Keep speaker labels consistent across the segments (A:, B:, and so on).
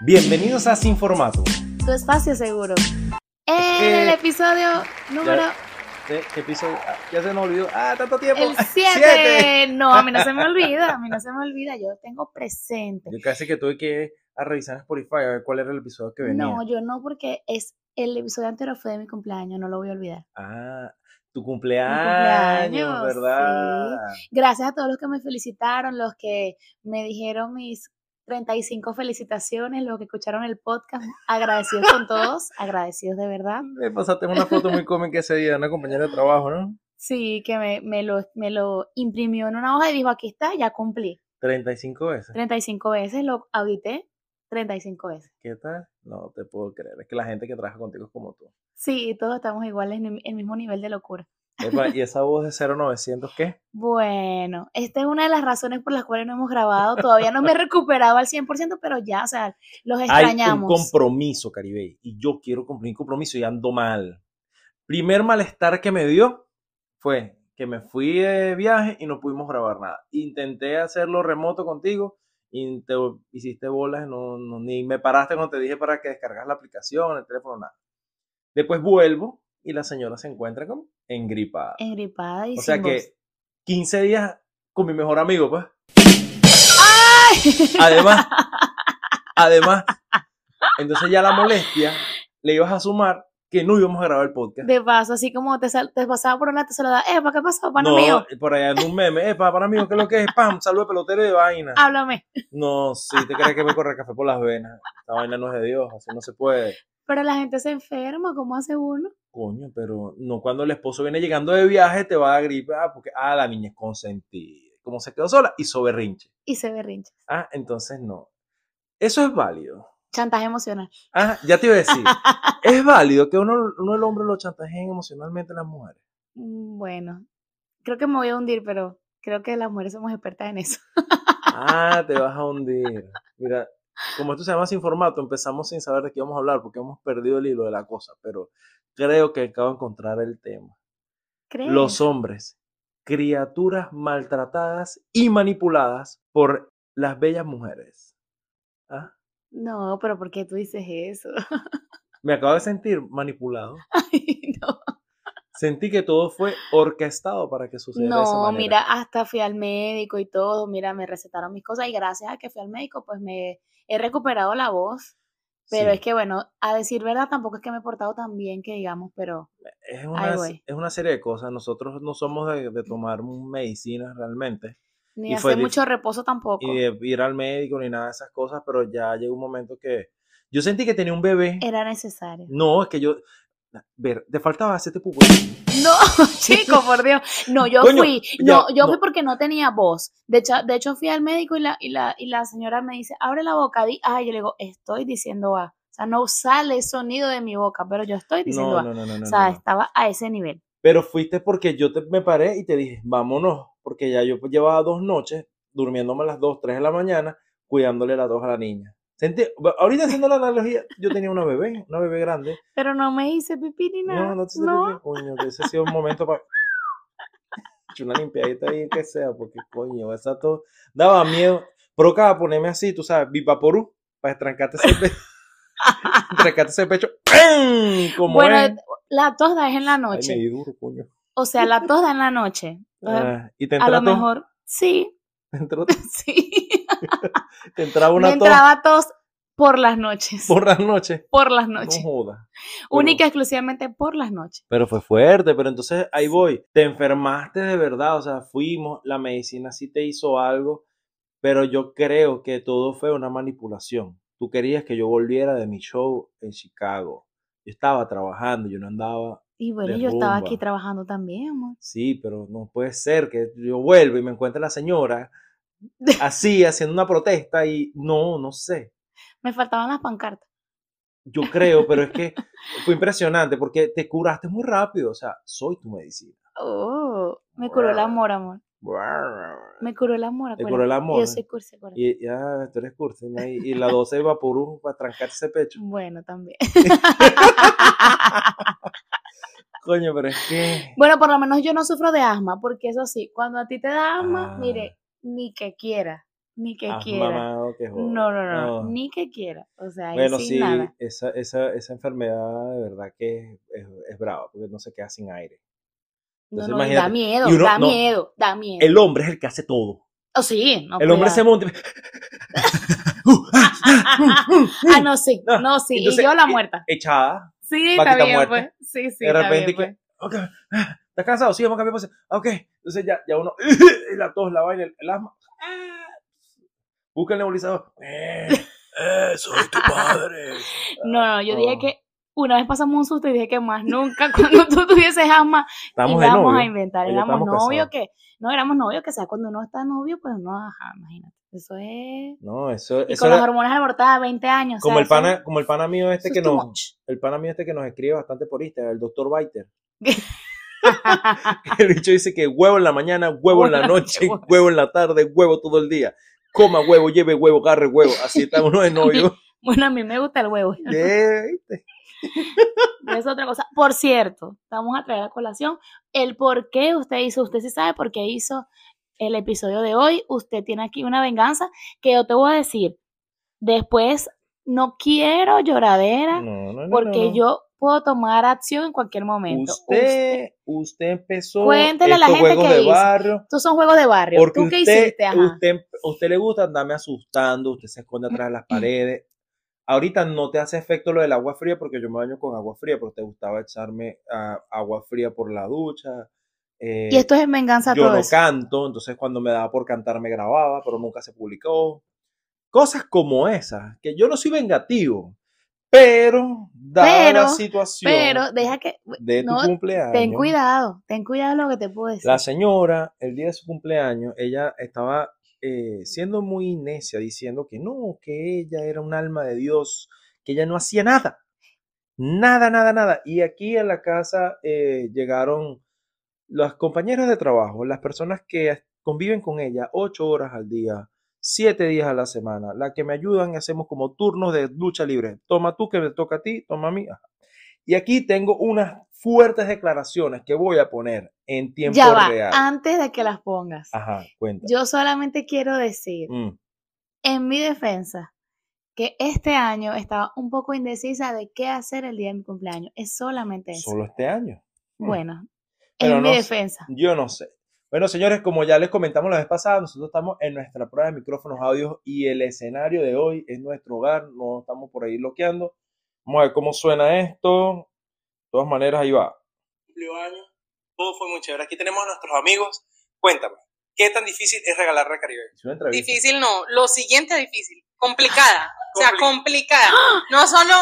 A: Bienvenidos a Sin Formato.
B: Tu espacio seguro. En el
A: Eh,
B: episodio número
A: ¿Qué qué episodio? Ah, Ya se nos olvidó. Ah, tanto tiempo.
B: el
A: Siete.
B: 7. No, a mí no se me olvida, a mí no se me olvida, yo lo tengo presente.
A: Yo casi que tuve que ir a revisar en Spotify a ver cuál era el episodio que venía.
B: No, yo no porque es el episodio anterior fue de mi cumpleaños, no lo voy a olvidar.
A: Ah, tu cumpleaños,
B: cumpleaños,
A: ¿verdad?
B: Gracias a todos los que me felicitaron, los que me dijeron mis 35 felicitaciones, los que escucharon el podcast, agradecidos con todos, agradecidos de verdad.
A: Ah, Me pasaste una foto muy cómica ese día de una compañera de trabajo, ¿no?
B: Sí, que me, me lo, me lo imprimió en una hoja y dijo, aquí está, ya cumplí.
A: 35 veces.
B: 35 veces, lo audité 35 veces.
A: ¿Qué tal? No te puedo creer. Es que la gente que trabaja contigo es como tú.
B: Sí, y todos estamos iguales en el- el mismo nivel de locura.
A: Epa, ¿Y esa voz de 0900 qué?
B: Bueno, esta es una de las razones por las cuales no hemos grabado. Todavía no me he recuperado al 100%, pero ya, o sea, los
A: Hay un
B: extrañamos.
A: compromiso, Caribe, y yo quiero cumplir un compromiso y ando mal. Primer malestar que me dio fue que me fui de viaje y no pudimos grabar nada. Intenté hacerlo remoto contigo y te hiciste bolas, no, no- ni me paraste cuando te dije para que descargas la aplicación, el teléfono, nada. Después vuelvo y la señora se encuentra como engripada.
B: Engripada y
A: O sea
B: sin
A: que
B: voz.
A: 15 días con mi mejor amigo, pues. Además, además, entonces ya la molestia le ibas a sumar que no íbamos a grabar el podcast.
B: De paso, así como te, sal- te pasaba por un lado, te saludaba, ¿para ¿qué pasó, pana
A: no,
B: mío?
A: por allá en un meme, eh, para, para mí, ¿qué es lo que es? Pam, saludo de pelotero y de vaina.
B: Háblame.
A: No, si te crees que me corre café por las venas. La vaina no es de Dios, así no se puede.
B: Pero la gente se enferma, ¿cómo hace uno?
A: Coño, pero no cuando el esposo viene llegando de viaje te va a gripar porque, ah, la niña es consentida. Como se quedó sola, hizo berrinche.
B: Y se berrincha.
A: Ah, entonces no. Eso es válido.
B: Chantaje emocional.
A: Ah, ya te iba a decir. es válido que uno, uno el hombre lo chantajeen emocionalmente a las mujeres.
B: Mm, Bueno, creo que me voy a hundir, pero creo que las mujeres somos expertas en eso.
A: Ah, te vas a hundir. Mira, como esto se llama sin formato, empezamos sin saber de qué vamos a hablar porque hemos perdido el hilo de la cosa, pero creo que acabo de encontrar el tema.
B: ¿Crees?
A: Los hombres, criaturas maltratadas y manipuladas por las bellas mujeres. Ah,
B: No, pero ¿por qué tú dices eso?
A: Me acabo de sentir manipulado.
B: Ay, no,
A: Sentí que todo fue orquestado para que sucediera Pues de esa
B: No,
A: manera.
B: mira, hasta fui al médico y todo, mira, me recetaron mis cosas y gracias a que fui al médico, pues me he recuperado la voz. Pero
A: Sí.
B: es que, bueno, a decir verdad, tampoco es que me he portado tan bien que digamos, pero
A: Es una, s-
B: güey.
A: es una serie de cosas. Nosotros no somos de, de tomar medicinas realmente,
B: ni
A: Y fue
B: hacer
A: dif-
B: mucho reposo tampoco.
A: y de ir al médico ni nada de esas cosas, pero ya llegó un momento que yo sentí que tenía un bebé.
B: Era necesario.
A: No, es que yo... Ver, te faltaba hacerte pupú.
B: No, chico, por Dios. No, yo
A: Coño,
B: fui.
A: ya,
B: No, yo fui
A: no.
B: porque no tenía voz. De hecho, de hecho fui al médico y la, y la, y la señora me dice, abre la boca. Di, ah, yo le digo, estoy diciendo A. O sea, no sale sonido de mi boca, pero yo estoy diciendo
A: No,
B: A.
A: no, no, no, no,
B: o sea,
A: no, no.
B: estaba a ese nivel.
A: Pero fuiste porque yo te, me paré y te dije, vámonos, porque ya yo pues, llevaba dos noches durmiéndome a las 2, 3 de la mañana, cuidándole las dos a la niña. Sentí, ahorita haciendo la analogía, yo tenía una bebé, una bebé grande,
B: Pero no me hice pipí ni nada.
A: No, no te sientes bien, coño, que ese ha sido un momento para. una limpiadita ahí que sea, porque coño, esa todo. Daba miedo. Procaba ponerme así, tú sabes, Vipaporú, para trancarte ese pecho. trancarte ese pecho. ¡pam! Como
B: bueno,
A: es.
B: la tos da es en la
A: Ay, me
B: noche.
A: di duro, coño.
B: O sea, la tos da en la noche. Entonces,
A: Ah, y te
B: a
A: entraba
B: lo mejor, sí,
A: Te entró-
B: sí.
A: te entraba
B: me
A: una tos
B: entraba tos por las noches. Por,
A: por las noches.
B: las
A: No
B: noches.
A: jodas. pero-
B: Única y exclusivamente por las noches.
A: Pero fue fuerte, pero entonces ahí voy. Te enfermaste de verdad, o sea, fuimos, la medicina sí te hizo algo, pero yo creo que todo fue una manipulación. Tú querías que yo volviera de mi show en Chicago. Yo estaba trabajando, yo no andaba,
B: Y bueno,
A: de
B: yo estaba aquí
A: rumba.
B: trabajando también, amor.
A: sí, pero no puede ser que yo vuelva y me encuentre la señora así, haciendo una protesta y no, no sé.
B: Me faltaban las pancartas.
A: Yo creo, pero es que fue impresionante porque te curaste muy rápido, o sea, soy tu medicina.
B: Oh, me curó el amor, amor. Me curó el amor,
A: Te curó el
B: acuérdate.
A: amor.
B: Yo soy cursi, acuérdate.
A: Y ya, tú eres cursi, ¿no? Y, y la 12 de Vaporú para trancarse ese pecho.
B: Bueno, también.
A: Coño, pero es que.
B: Bueno, por lo menos yo no sufro de asma, porque eso sí, cuando a ti te da asma,
A: Ah.
B: mire, ni que quiera. ni que
A: has
B: quiera.
A: mamado que joder.
B: No, no, no,
A: No.
B: ni que quiera. O sea, ahí
A: Oh. Bueno,
B: sin
A: sí,
B: nada.
A: esa, esa, esa enfermedad de verdad que es, es, es brava, porque no se queda sin aire.
B: No,
A: Entonces,
B: no, y da
A: imagínate.
B: miedo,
A: Y uno-
B: da
A: no.
B: miedo, da miedo.
A: El hombre es el que hace todo.
B: Oh, sí, no,
A: el hombre Uh, se
B: cuidado.
A: monta. y-
B: Ah, no, sí,
A: No,
B: no, sí.
A: entonces,
B: y yo la
A: y-
B: muerta.
A: uh, Echada.
B: Sí,
A: vaquita
B: está bien,
A: muerta.
B: pues. Sí, sí,
A: de
B: está bien,
A: repente, y que,
B: pues.
A: ok, ah, ¿estás cansado? Sí, vamos a cambiar de posición. Ah, Ok, entonces ya, ya uno, y la tos, la vaina, el, el asma. Ah. Busca el nebulizador. Eh, eh, soy tu padre.
B: No, no, yo dije
A: Oh.
B: que una vez pasamos un susto y dije que más nunca, cuando tú tuvieses asma,
A: Estamos de
B: íbamos
A: novio.
B: a inventar,
A: Oye,
B: éramos
A: estamos
B: novio
A: casados.
B: que, no éramos novio que sea, cuando uno está novio, pues no, ajá, imagínate, eso es,
A: No, eso,
B: y
A: eso
B: con
A: era
B: las hormonas alborotadas, 20 años, o
A: como
B: sea,
A: el
B: eso-
A: pana, como el pana mío este
B: eso
A: que
B: es too
A: nos,
B: much.
A: el pana mío este que nos escribe bastante por Instagram, el doctor Biter. El bicho dice que huevo en la mañana, huevo en la noche,
B: Huevo.
A: huevo en la tarde, huevo todo el día. Coma huevo, lleve huevo, agarre huevo. Así está uno de novio.
B: bueno, a mí me gusta el huevo,
A: Yeah.
B: es otra cosa, por cierto, vamos a traer a colación el por qué usted hizo, usted sí sabe por qué hizo el episodio de hoy, usted tiene aquí una venganza que yo te voy a decir, después no quiero lloradera,
A: No, no, no,
B: porque
A: no.
B: yo puedo tomar acción en cualquier momento. Usted-
A: Usted, usted empezó
B: Cuéntele a la
A: estos
B: gente
A: juegos
B: qué
A: de
B: hizo.
A: barrio.
B: Estos son juegos de barrio.
A: Porque
B: ¿Tú qué
A: usted,
B: hiciste? Ajá.
A: usted, a usted le gusta andarme asustando, usted se esconde atrás de las paredes. Ahorita no te hace efecto lo del agua fría porque yo me baño con agua fría, pero te gustaba echarme ah, agua fría por la ducha. eh,
B: y esto es en venganza a
A: yo
B: todo
A: no
B: eso.
A: canto, entonces cuando me daba por cantar me grababa, pero nunca se publicó. Cosas como esas, que yo no soy vengativo, pero dada
B: Pero-
A: la situación
B: Pero deja que.
A: de tu
B: no, ten
A: cumpleaños,
B: Ten cuidado, ten cuidado lo que te puedo decir.
A: la señora, el día de su cumpleaños, ella estaba eh, siendo muy necia, diciendo que no, que ella era un alma de Dios, que ella no hacía nada. Nada, nada, nada. Y aquí a la casa eh, llegaron las compañeras de trabajo, las personas que conviven con ella ocho horas al día, siete días a la semana, las que me ayudan y hacemos como turnos de lucha libre. Toma tú que me toca a ti, toma a mí. Ajá. Y aquí tengo unas fuertes declaraciones que voy a poner en tiempo
B: ya va,
A: real.
B: antes de que las pongas.
A: Ajá, cuenta.
B: Yo solamente quiero decir,
A: Mm,
B: en mi defensa, que este año estaba un poco indecisa de qué hacer el día de mi cumpleaños. Es solamente eso.
A: solo este año. Mm.
B: Bueno,
A: Pero
B: en mi
A: no sé.
B: defensa.
A: Yo no sé. Bueno, señores, como ya les comentamos la vez pasada, nosotros estamos en nuestra prueba de micrófonos audios y el escenario de hoy es nuestro hogar, no estamos por ahí bloqueando. Vamos a ver cómo suena esto. De todas maneras, ahí va.
C: cumpleaños, todo fue muy chévere. Aquí tenemos a nuestros amigos. Cuéntame, ¿qué tan difícil es regalar a Caribe?
A: Es una entrevista.
D: Difícil no, lo siguiente difícil, complicada, o sea,
C: Compli-
D: complicada. No solo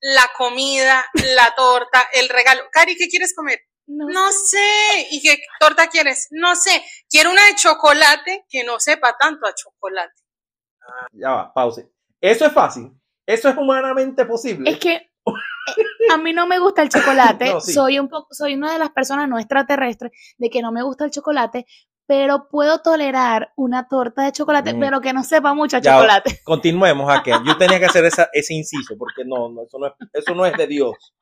D: la comida, la torta, el regalo. Cari, ¿qué quieres comer? No sé. ¿Y qué torta quieres? No sé. Quiero una de chocolate que no sepa tanto a chocolate.
A: Ya va, pause. Eso es fácil. Eso es humanamente posible.
B: Es que eh, a mí no me gusta el chocolate.
A: No, sí.
B: Soy un poco, soy una de las personas no extraterrestres de que no me gusta el chocolate, pero puedo tolerar una torta de chocolate,
A: Mm.
B: pero que no sepa mucho a
A: Ya va.
B: chocolate.
A: Continuemos, Jaque. Yo tenía que hacer esa- ese inciso porque no, no, eso no es, eso no es de Dios.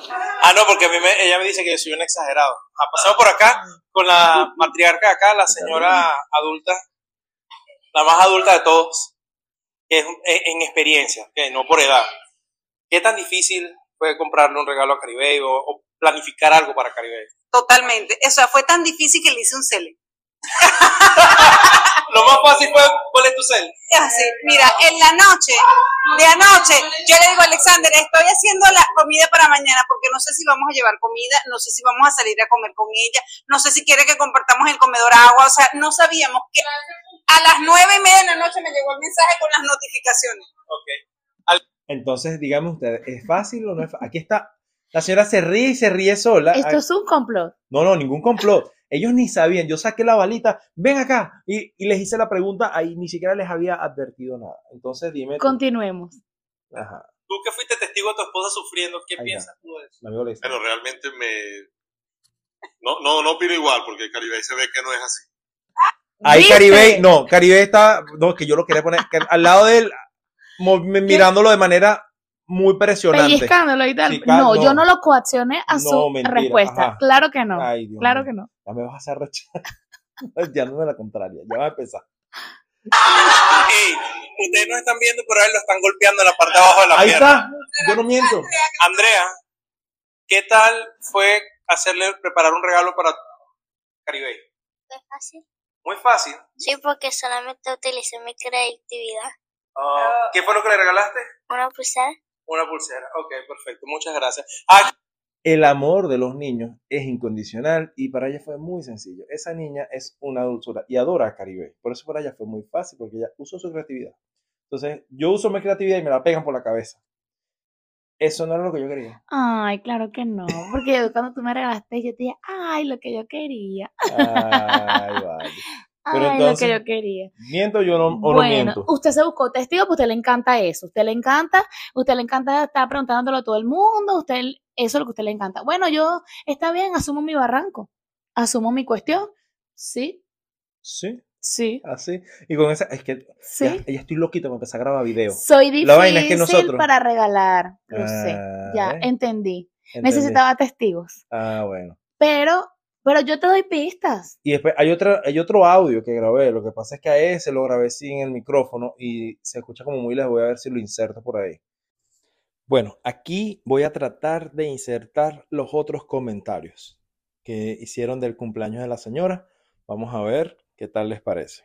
C: Ah, no, porque a mí me- ella me dice que yo soy un exagerado. Ha pasado por acá con la matriarca de acá, la señora adulta, la más adulta de todos, que es en- en experiencia, que no por edad. ¿Qué tan difícil fue comprarle un regalo a Caribe o, o planificar algo para Caribe?
E: Totalmente. O sea, fue tan difícil que le hice un cel.
C: Lo más fácil fue, ¿cuál es tu cel?
E: Así, mira, en la noche, de anoche, yo le digo a Alexander, estoy haciendo la comida para mañana porque no sé si vamos a llevar comida, no sé si vamos a salir a comer con ella, no sé si quiere que compartamos el comedor agua, o sea, no sabíamos que a las nueve y media de la noche me llegó el mensaje con las notificaciones.
A: Entonces, díganme ustedes, ¿es fácil o no es fácil? Aquí está. La señora se ríe y se ríe sola.
B: Esto es un complot.
A: No, no, ningún complot. Ellos ni sabían. Yo saqué la balita, ven acá. Y, y les hice la pregunta, ahí ni siquiera les había advertido nada. Entonces, dime. tú.
B: Continuemos.
A: Ajá,
C: Tú que fuiste testigo de tu esposa sufriendo, ¿qué
A: Ahí
C: piensas tú de eso?
A: mi amigo le dice.
F: Pero realmente me. No, no, no opino igual, porque Caribe se ve que no es así.
A: Ahí
B: ¿Viste?
A: Caribe, no, Caribe está, no, que yo lo quería poner que al lado de él, mo- mi- mirándolo de manera muy presionante.
B: Pellizcándolo y tal.
A: Sí, cal-
B: no, yo
A: no.
B: no lo coaccioné a
A: No,
B: su
A: mentira,
B: respuesta.
A: ajá.
B: Claro que no.
A: Ay, Dios
B: claro
A: mío,
B: que no.
A: Ya me vas a hacer rechazar. ya no me la contraria, ya va a empezar.
C: Ey, Ah, ustedes no están viendo, pero a él lo están golpeando en la parte de abajo de la
A: Ahí
C: pierna.
A: está, yo no miento.
C: Andrea, ¿qué tal fue hacerle preparar un regalo para Caribey?
G: ¿Es fácil?
C: Muy fácil.
G: Sí, porque solamente utilicé mi creatividad. pues,
C: Ah, ¿Qué fue lo que le regalaste?
G: Una pulsera.
C: Una pulsera. Ok, perfecto. Muchas gracias. Ah,
A: El amor de los niños es incondicional y para ella fue muy sencillo. Esa niña es una dulzura y adora a Caribe. Por eso para ella fue muy fácil porque ella usó su creatividad. Entonces, yo uso mi creatividad y me la pegan por la cabeza. Eso no era lo que yo quería.
B: Ay, claro que no. Porque yo cuando tú me regalaste, yo te dije, ay, lo que yo quería.
A: Ay, vale. Pero
B: Ay,
A: entonces-
B: lo que yo quería.
A: ¿Miento yo no, o no
B: bueno,
A: miento?
B: usted se buscó testigo, pues a usted le encanta eso. A usted le encanta, a usted le encanta estar preguntándolo a todo el mundo. a Usted, eso es lo que a usted le encanta. Bueno, yo, está bien, asumo mi barranco. Asumo mi cuestión. Sí,
A: Sí,
B: sí,
A: así. Y con esa, es que ya,
B: sí.
A: ya estoy loquito, me empecé a grabar video.
B: Soy difícil
A: La vaina es que nosotros-
B: para regalar. Lo sé.
A: Ah,
B: Ya,
A: ¿ves?
B: entendí.
A: Entendí.
B: Necesitaba testigos.
A: Ah, bueno.
B: Pero, pero yo te doy pistas.
A: Y después hay, otra, hay otro audio que grabé. Lo que pasa es que a ese lo grabé sin el micrófono y se escucha como muy lejos. Voy a ver si lo inserto por ahí. Bueno, aquí voy a tratar de insertar los otros comentarios que hicieron del cumpleaños de la señora. Vamos a ver qué tal les parece.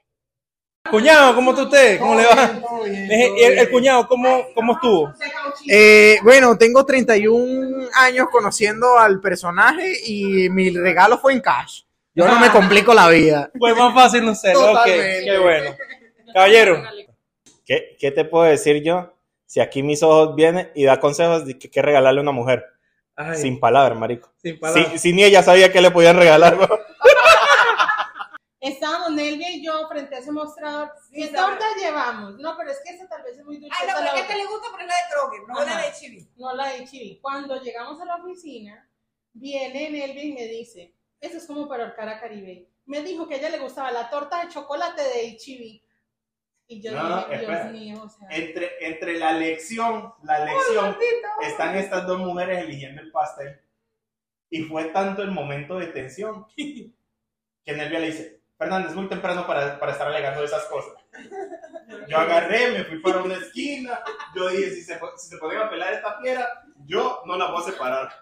A: Cuñado, ¿cómo está usted? ¿Cómo le va? el, cuñado, ¿cómo, ¿cómo estuvo?
H: Eh, bueno, tengo 31 años conociendo al personaje y mi regalo fue en cash. Yo no me complico la vida.
A: Ah, Fue más fácil no sé.
H: Totalmente.
A: Qué bueno. Caballero.
I: ¿Qué, qué te puedo decir yo? Si aquí mis ojos vienen y da consejos de qué, qué regalarle a una mujer.
A: Ay,
I: Sin palabras, marico.
A: sin
I: Si, si ni ella sabía qué le podían regalar. weón.
J: Estábamos Nelvia y yo frente a ese mostrador. ¿Qué torta llevamos? No, pero es que esa tal vez es muy dulce.
E: Ay, no,
J: esa
E: pero
J: la
E: es que
J: otra.
E: te le gusta, pero es la de Kroger, no
J: Ajá.
E: la de Chibi.
J: No, la de Chibi. Cuando llegamos a la oficina, viene Nelvia y me dice, eso es como para ahorcar a Caribe. Me dijo que a ella le gustaba la torta de chocolate de Chibi. Y yo
I: No,
J: dije, Dios
I: espera.
J: mío, o sea...
I: Entre, entre la lección, la lección, están estas dos mujeres eligiendo el pastel. Y fue tanto el momento de tensión que Nelvia le dice, Fernando, es muy temprano para, para estar alegando esas cosas. Yo agarré, me fui para una esquina, yo dije, si se, po- si se podían apelar esta fiera, yo no la voy a separar.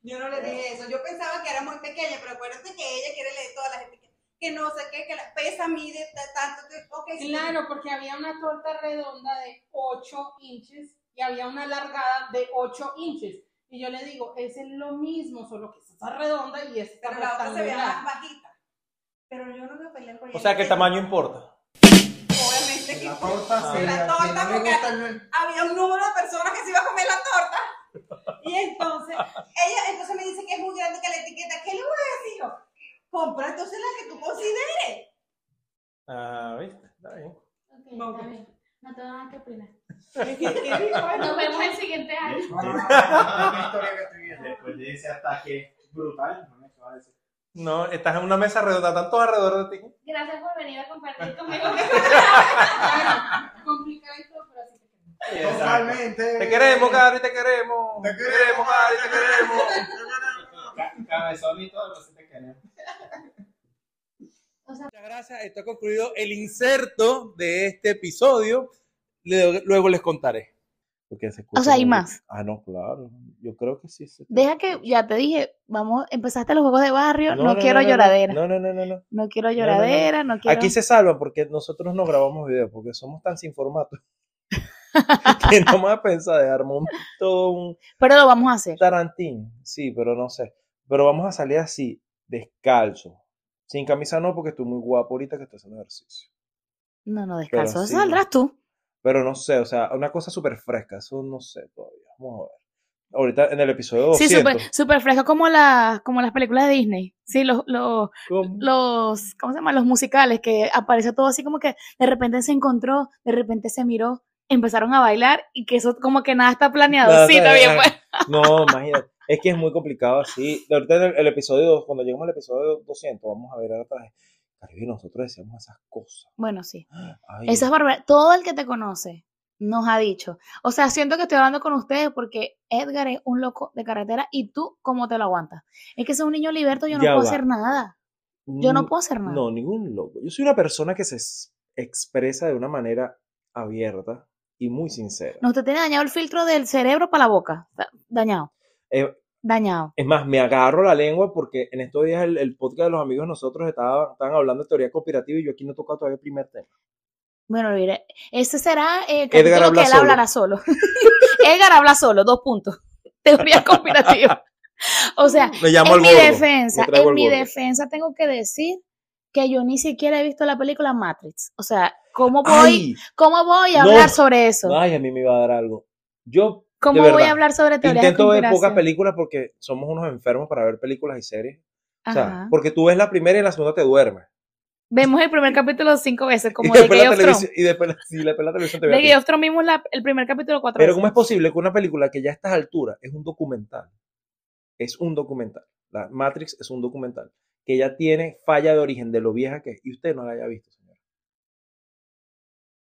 E: Yo no le dije eso. Yo pensaba que era muy pequeña, pero acuérdate que ella quiere leer toda la gente que, que no sé qué, que la pesa mide ta- tanto. que- ok, sí.
J: Claro, porque había una torta redonda de 8 inches y había una alargada de 8 inches. Y yo le digo, ese es lo mismo, solo que esta está redonda y esta
E: Pero la
J: está
E: otra se veía más
J: rectangular.
E: bajita. Pero yo no me peleé con ella.
A: O sea que el tamaño importa.
E: Obviamente que
A: torta,
E: sí, la torta, porque había un número de personas que se iba a comer la torta. Y entonces, ella entonces me dice que es muy grande que la etiqueta, ¿qué le voy a decir yo? Compra entonces la que tú consideres.
A: Ah, ¿viste? Está bien.
E: No.
B: está bien. No te van a que opinar.
E: Es que- que sí, bueno,
B: Nos vemos el siguiente año.
I: Después de ese ataque brutal, no me acaba de decir.
A: No, estás en una mesa redonda, están todos alrededor de ti.
B: Gracias por venir a compartir conmigo.
J: Claro, complicado y todo, pero así que
H: Totalmente.
A: Te queremos, Gary, te queremos.
H: Te
A: Eh. Te queremos, Gary, te queremos.
I: Cabezón y todo, así te queremos.
A: Muchas gracias. Esto ha concluido el inserto de este episodio. Le- Luego les contaré. Porque se escucha
B: O sea, hay
A: como-
B: más.
A: Ah, no, claro. Yo creo que sí. se-
B: Deja que, ya te dije, vamos, empezaste los juegos de barrio, no,
A: no,
B: quiero
A: no, no.
B: lloradera. No,
A: No, no, no, no. no.
B: quiero
A: no, no.
B: lloradera, no, quiero.
A: Aquí se salva porque nosotros no grabamos videos, porque somos tan sin formato. que no más pensar de armar un, todo un
B: Pero lo vamos a hacer.
A: Tarantín. Sí, pero no sé. Pero vamos a salir así, descalzo. Sin camisa no, porque estoy muy guapo ahorita que estoy haciendo ejercicio.
B: No, no, descalzo.
A: sí.
B: Saldrás tú.
A: Pero no sé, o sea, una cosa súper fresca, eso no sé todavía. Vamos a ver. Ahorita en el episodio
B: Sí,
A: 200.
B: súper super fresco como, la, como las películas de Disney. Sí, los, los,
A: ¿cómo?
B: los, ¿cómo se llama? Los musicales, que aparece todo así como que de repente se encontró, de repente se miró, empezaron a bailar y que eso como que nada está pues. planeado.
A: Nada,
B: sí,
A: nada,
B: también
A: nada.
B: fue.
A: No, imagínate. Es que es muy complicado así. Ahorita en el, el episodio 2, cuando lleguemos al episodio 200, vamos a ver otra vez. Caribe, nosotros decíamos esas cosas.
B: Bueno, sí.
A: Ay,
B: Eso es barbaridad. Todo el que te conoce nos ha dicho. O sea, siento que estoy hablando con ustedes porque Edgar es un loco de carretera y tú, ¿cómo te lo aguantas? Es que soy un niño liberto, yo no
A: Ya
B: puedo
A: va.
B: hacer nada. Yo no
A: mm,
B: puedo hacer nada.
A: No, ningún loco. Yo soy una persona que se, s- expresa de una manera abierta y muy sincera.
B: No, usted tiene dañado el filtro del cerebro para la boca. Está Dañado.
A: Eh,
B: Dañado.
A: es más, me agarro la lengua porque en estos días el, el podcast de los amigos de nosotros estaba, estaban hablando de teoría cooperativa y yo aquí no he tocado todavía el primer tema.
B: Bueno, lo diré. Ese será eh, el
A: Edgar
B: capítulo
A: habla
B: que él
A: solo.
B: hablará solo. Edgar habla solo, dos puntos. Teoría conspirativa. O sea,
A: Le llamo al
B: en mi
A: gordo,
B: defensa,
A: le traigo
B: en
A: al
B: mi
A: gordo.
B: defensa tengo que decir que yo ni siquiera he visto la película Matrix. O sea, ¿cómo voy,
A: ¡Ay!
B: ¿cómo voy a
A: No.
B: hablar sobre eso?
A: Ay, a mí me iba a dar algo. Yo,
B: ¿Cómo
A: de
B: voy
A: verdad,
B: a hablar sobre teorías
A: intento
B: de
A: ver pocas
B: conspiración?
A: películas porque somos unos enfermos para ver películas y series. O sea,
B: Ajá.
A: porque tú ves la primera y la segunda te duermes.
B: Vemos el primer capítulo cinco veces, como
A: y
B: de
A: después
B: Game
A: la
B: of Thrones.
A: televisión, y después, la- sí, después la televisión te ve
B: De
A: a ti.
B: Game of Thrones vimos la- el primer capítulo cuatro
A: Pero
B: veces.
A: ¿cómo es posible que una película que ya a estas alturas es un documental? Es un documental. La Matrix es un documental. Que ya tiene falla de origen de lo vieja que es. Y usted no la haya visto, señor.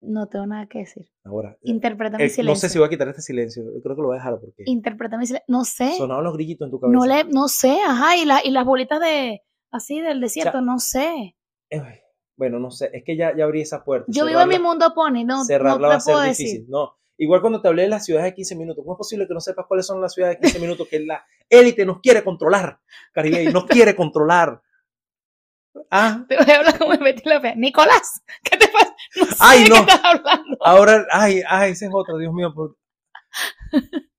B: No tengo nada que decir.
A: Ahora, eh,
B: Interpreta mi
A: eh,
B: silencio.
A: no sé si voy a quitar este silencio. Yo creo que lo voy a dejar porque
B: Interpreta mi silencio. No sé.
A: sonaban los grillitos en tu cabeza.
B: No, le, no sé, ajá. Y, la- y las bolitas de así del desierto,
A: O sea,
B: no sé.
A: Ay, Bueno, no sé. Es que ya, ya abrí esa puerta.
B: Yo vivo en
A: cerrarla-
B: mi mundo pony, no, no
A: cerrarla
B: te
A: va a
B: puedo
A: ser
B: decir.
A: difícil. No. Igual cuando te hablé de las ciudades de 15 minutos, ¿cómo es posible que no sepas cuáles son las ciudades de 15 minutos que la élite nos quiere controlar? Caribe, nos quiere controlar. Ah,
B: Te voy a hablar como me metí la fea. Nicolás, ¿qué te pasa? No sé
A: Ay,
B: de
A: no.
B: qué estás hablando.
A: ahora, ay, ay, esa es otra, Dios mío. por-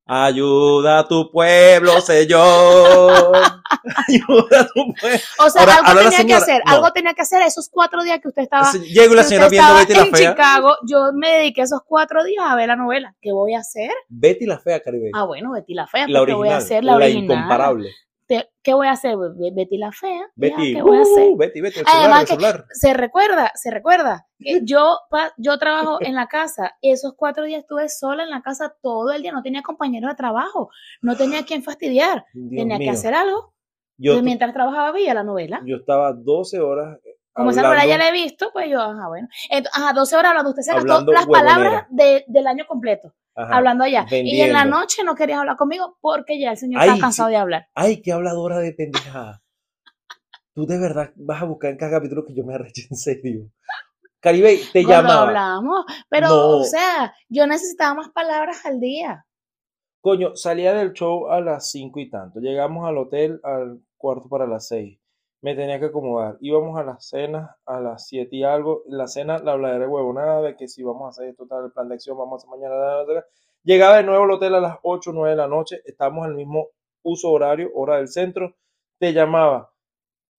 A: Ayuda a tu pueblo, Señor. Ayuda a tu pueblo.
B: O sea,
A: Ahora,
B: algo
A: ahora la
B: tenía que
A: señora-
B: hacer,
A: no.
B: algo tenía que hacer esos cuatro días que usted estaba,
A: Se- Llego y la
B: que
A: señora
B: usted
A: viendo
B: estaba
A: Betty la
B: en
A: Fea.
B: Chicago. Yo me dediqué esos cuatro días a ver la novela. ¿Qué voy a hacer?
A: Betty la Fea, Caribe.
B: Ah, bueno, Betty la Fea,
A: la
B: pues, ¿qué voy
A: original,
B: a hacer? La, original.
A: incomparable.
B: Te- ¿Qué voy a hacer? Be- Betty la Fea. ya,
A: Betty,
B: ¿Qué voy a hacer?
A: uh, Betty, Betty, el celular,
B: Además
A: el
B: que
A: celular.
B: se recuerda, se recuerda que yo, pa- yo trabajo en la casa. Esos cuatro días estuve sola en la casa todo el día. No tenía compañero de trabajo. No tenía quien fastidiar.
A: Dios
B: tenía
A: mío.
B: que hacer algo.
A: Yo,
B: Entonces, mientras trabajaba veía la novela.
A: yo estaba 12 horas eh,
B: Como esa
A: hablando,
B: novela ya la he visto, pues yo, ajá, bueno. Entonces, ajá, 12 horas hablando. Usted se gastó
A: Hablando
B: las
A: huevonera.
B: palabras de- del año completo.
A: ajá,
B: hablando allá. Y en la
A: vendiendo.
B: noche no querías hablar conmigo porque ya el señor
A: Ay,
B: estaba cansado
A: sí.
B: de hablar.
A: Ay, qué habladora de pendejada. Tú de verdad vas a buscar en cada capítulo que yo me arreche en serio. Caribe, te
B: Gordo,
A: llamaba.
B: hablamos. Pero,
A: No.
B: o sea, yo necesitaba más palabras al día.
A: Coño, salía del show a las 5 y tanto. Llegamos al hotel al cuarto para las 6. Me tenía que acomodar. Íbamos a las cenas a las 7 y algo. La cena, la habladera de huevonada de que si vamos a hacer esto, tal, el plan de acción, vamos a hacer mañana. tal, tal, tal. Llegaba de nuevo al hotel a las 8 o 9 de la noche. Estábamos en el mismo uso horario, hora del centro. Te llamaba.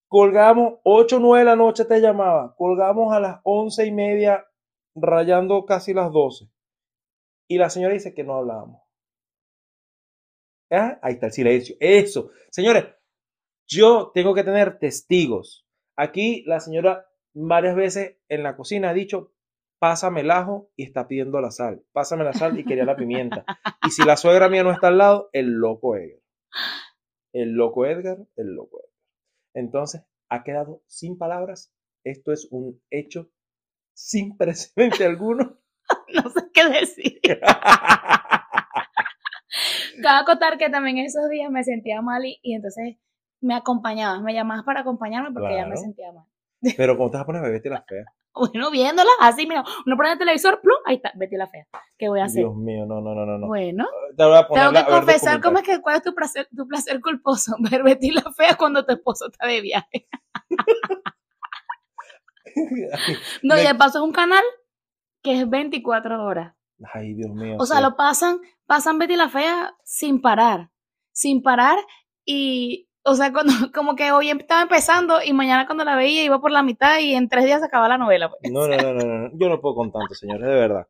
A: Colgamos 8 o 9 de la noche, te llamaba. Colgamos a las 11 y media, rayando casi las 12. Y la señora dice que no hablábamos. Ah, Ahí está el silencio. Eso. Señores, yo tengo que tener testigos. Aquí la señora varias veces en la cocina ha dicho, pásame el ajo y está pidiendo la sal. Pásame la sal y quería la pimienta. Y si la suegra mía no está al lado, el loco Edgar. El loco Edgar, el loco Edgar. Entonces, ha quedado sin palabras. Esto es un hecho sin precedente alguno.
B: No sé qué decir. Cabe acotar que también esos días me sentía mal y, y entonces me acompañabas, me llamabas para acompañarme porque ya me
A: Claro.
B: sentía mal.
A: Pero cuando te vas a poner a beberte la fea.
B: Bueno, viéndolas así, mira, uno pone el televisor, plum, ahí está, Betty la fea. ¿Qué voy a hacer?
A: Dios mío, no, no, no, no. no.
B: Bueno,
A: Te voy a
B: tengo
A: ponerla
B: que
A: a ver
B: confesar cómo
A: documentales.
B: es que cuál es tu placer, tu placer culposo, ver Betty la fea cuando tu esposo está de viaje.
A: Ay,
B: No,
A: me-
B: y de paso es un canal que es 24 horas.
A: Ay, Dios mío.
B: O sea,
A: sí.
B: lo pasan, pasan Betty la Fea sin parar, sin parar y, o sea, cuando, como que hoy estaba empezando y mañana cuando la veía iba por la mitad y en tres días se acaba la novela. pues.
A: No, no, no, no, no, no, Yo no puedo con tanto, señores, de verdad.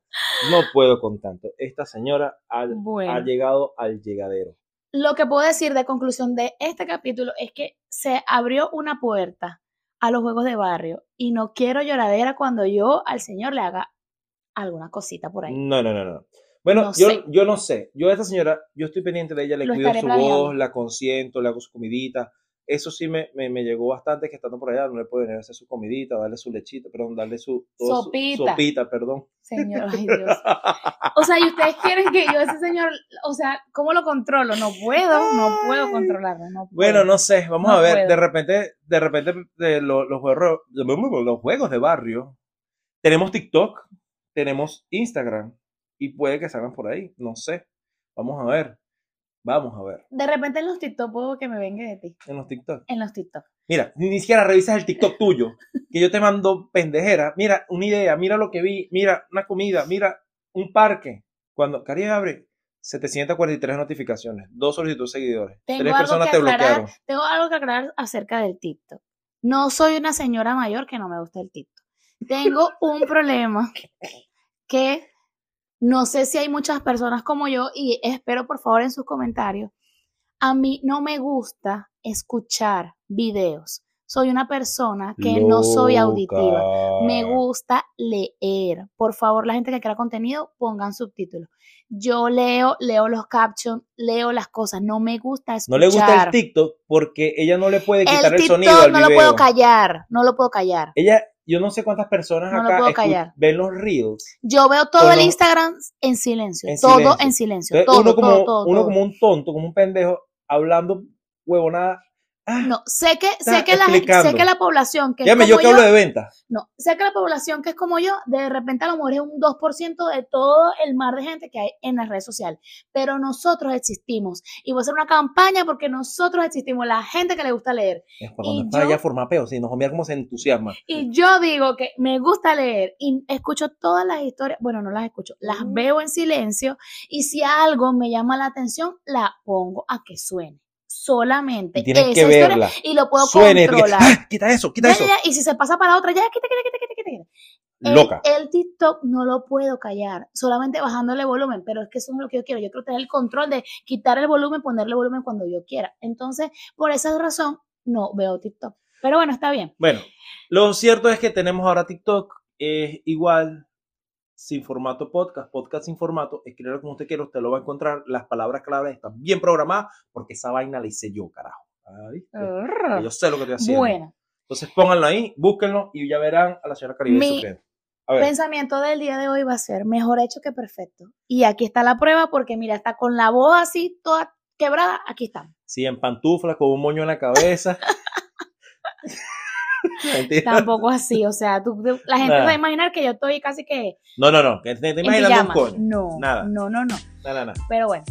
A: No puedo con tanto. Esta señora ha, ha
B: Bueno,
A: llegado al llegadero.
B: lo que puedo decir de conclusión de este capítulo es que se abrió una puerta a los juegos de barrio y no quiero lloradera cuando yo al señor le haga alguna cosita por ahí.
A: No, no, no, no. Bueno,
B: No
A: yo,
B: sé.
A: yo no sé. Yo a esta señora, yo estoy pendiente de ella, le
B: Lo
A: cuido
B: estaré
A: su
B: planeando.
A: voz, la consiento, le hago su comidita. Eso sí me, me, me llegó bastante que estando por allá no le puedo venir a hacer su comidita, darle su lechita, perdón, darle su, todo su-
B: Sopita.
A: sopita, perdón.
B: Señor, ay Dios. O sea, y ustedes quieren que yo a ese señor, o sea, ¿cómo lo controlo? No puedo, no puedo controlarlo. No
A: Bueno,
B: puedo.
A: no sé, vamos
B: No
A: a ver.
B: puedo.
A: De repente, de repente, de lo- los, juegos, los juegos de barrio Tenemos TikTok, tenemos Instagram y puede que salgan por ahí, no sé. Vamos a ver. Vamos a ver
B: De repente en los TikTok puedo que me venga de ti.
A: en los TikTok.
B: En los TikTok.
A: Mira, ni siquiera revisas el TikTok tuyo, que yo te mando pendejera. Mira, una idea, mira lo que vi, mira una comida, mira un parque. Cuando Cari abre 743 notificaciones, dos solicitudes de seguidores,
B: Tengo
A: tres
B: algo
A: personas
B: que
A: te
B: aclarar.
A: bloquearon.
B: Tengo algo que aclarar acerca del TikTok. No soy una señora mayor que no me gusta el TikTok. Tengo un problema que no sé si hay muchas personas como yo y espero por favor en sus comentarios. A mí no me gusta escuchar videos. Soy una persona que no soy auditiva. Me gusta leer. Por favor, la gente que crea contenido, pongan subtítulos. Yo leo, leo los captions, leo las cosas. No me gusta
A: No
B: escuchar.
A: le gusta el TikTok porque ella no le puede quitar el,
B: El TikTok
A: sonido al
B: no lo
A: video.
B: puedo callar. No lo puedo callar.
A: Ella, yo no sé cuántas personas
B: No lo
A: acá
B: puedo
A: escu-
B: callar.
A: ven los reels.
B: Yo veo todo el
A: Cono-
B: Instagram en silencio.
A: En
B: todo
A: silencio.
B: en silencio.
A: Entonces,
B: todo,
A: uno como,
B: todo, todo,
A: uno
B: todo.
A: como un tonto, como un pendejo, hablando huevonada. "Ah,
B: No, sé que,
A: Está
B: sé que, la,
A: explicando.
B: sé que la población que
A: Dígame
B: es
A: yo
B: como
A: que hablo de ventas.
B: no, sé que la población que es como yo, de repente a lo mejor es un 2% de todo el mar de gente que hay en las redes sociales. Pero nosotros existimos. Y voy a hacer una campaña porque nosotros existimos, la gente que le gusta leer.
A: Es para cuando
B: Y
A: está
B: yo-
A: ella forma peo, si nos mira cómo se entusiasma.
B: Y yo digo que me gusta leer y escucho todas las historias, bueno, no las escucho, las veo en silencio y si algo me llama la atención, la pongo a que suene. Solamente
A: Y tienes que
B: esa historia
A: verla.
B: y lo puedo
A: Suene, diga,
B: controlar.
A: "Ah, quita eso, quita
B: Ya,
A: eso.
B: ya, ya, y si se pasa para otra, ya, quita, quita, quita, quita, quita, quita. El-
A: Loca.
B: El, TikTok no lo puedo callar, solamente bajándole volumen, pero es que eso es lo que yo quiero. Yo quiero tener el control de quitar el volumen, ponerle volumen cuando yo quiera. Entonces, por esa razón, no veo TikTok. Pero bueno, está bien.
A: Bueno, lo cierto es que tenemos ahora TikTok, es igual sin formato podcast, podcast sin formato, escríbelo como usted quiera, usted lo va a encontrar, las palabras claves están bien programadas porque esa vaina la hice yo, carajo. Ah, ¿viste? Que Yo sé lo que estoy haciendo.
B: Bueno,
A: Entonces pónganlo ahí, búsquenlo y ya verán a la señora Caribe
B: Mi-
A: sufriendo. A ver,
B: pensamiento del día de hoy va a ser mejor hecho que perfecto. Y aquí está la prueba porque mira, está con la voz así toda quebrada, aquí estamos.
A: sí, en pantuflas, con un moño en la cabeza. Mentira.
B: Tampoco así, o sea, tú- tú- la gente se va
A: Nada.
B: a imaginar que yo estoy casi que
A: No, no, no, que te, te
B: en
A: imaginas un
B: pijama.
A: coño.
B: No,
A: Nada.
B: no, no, no.
A: Nada, nada.
B: Pero bueno,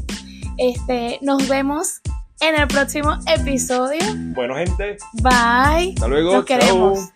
B: este, nos vemos en el próximo episodio.
A: Bueno, gente,
B: Bye.
A: hasta luego.
B: Los
A: chao.
B: queremos.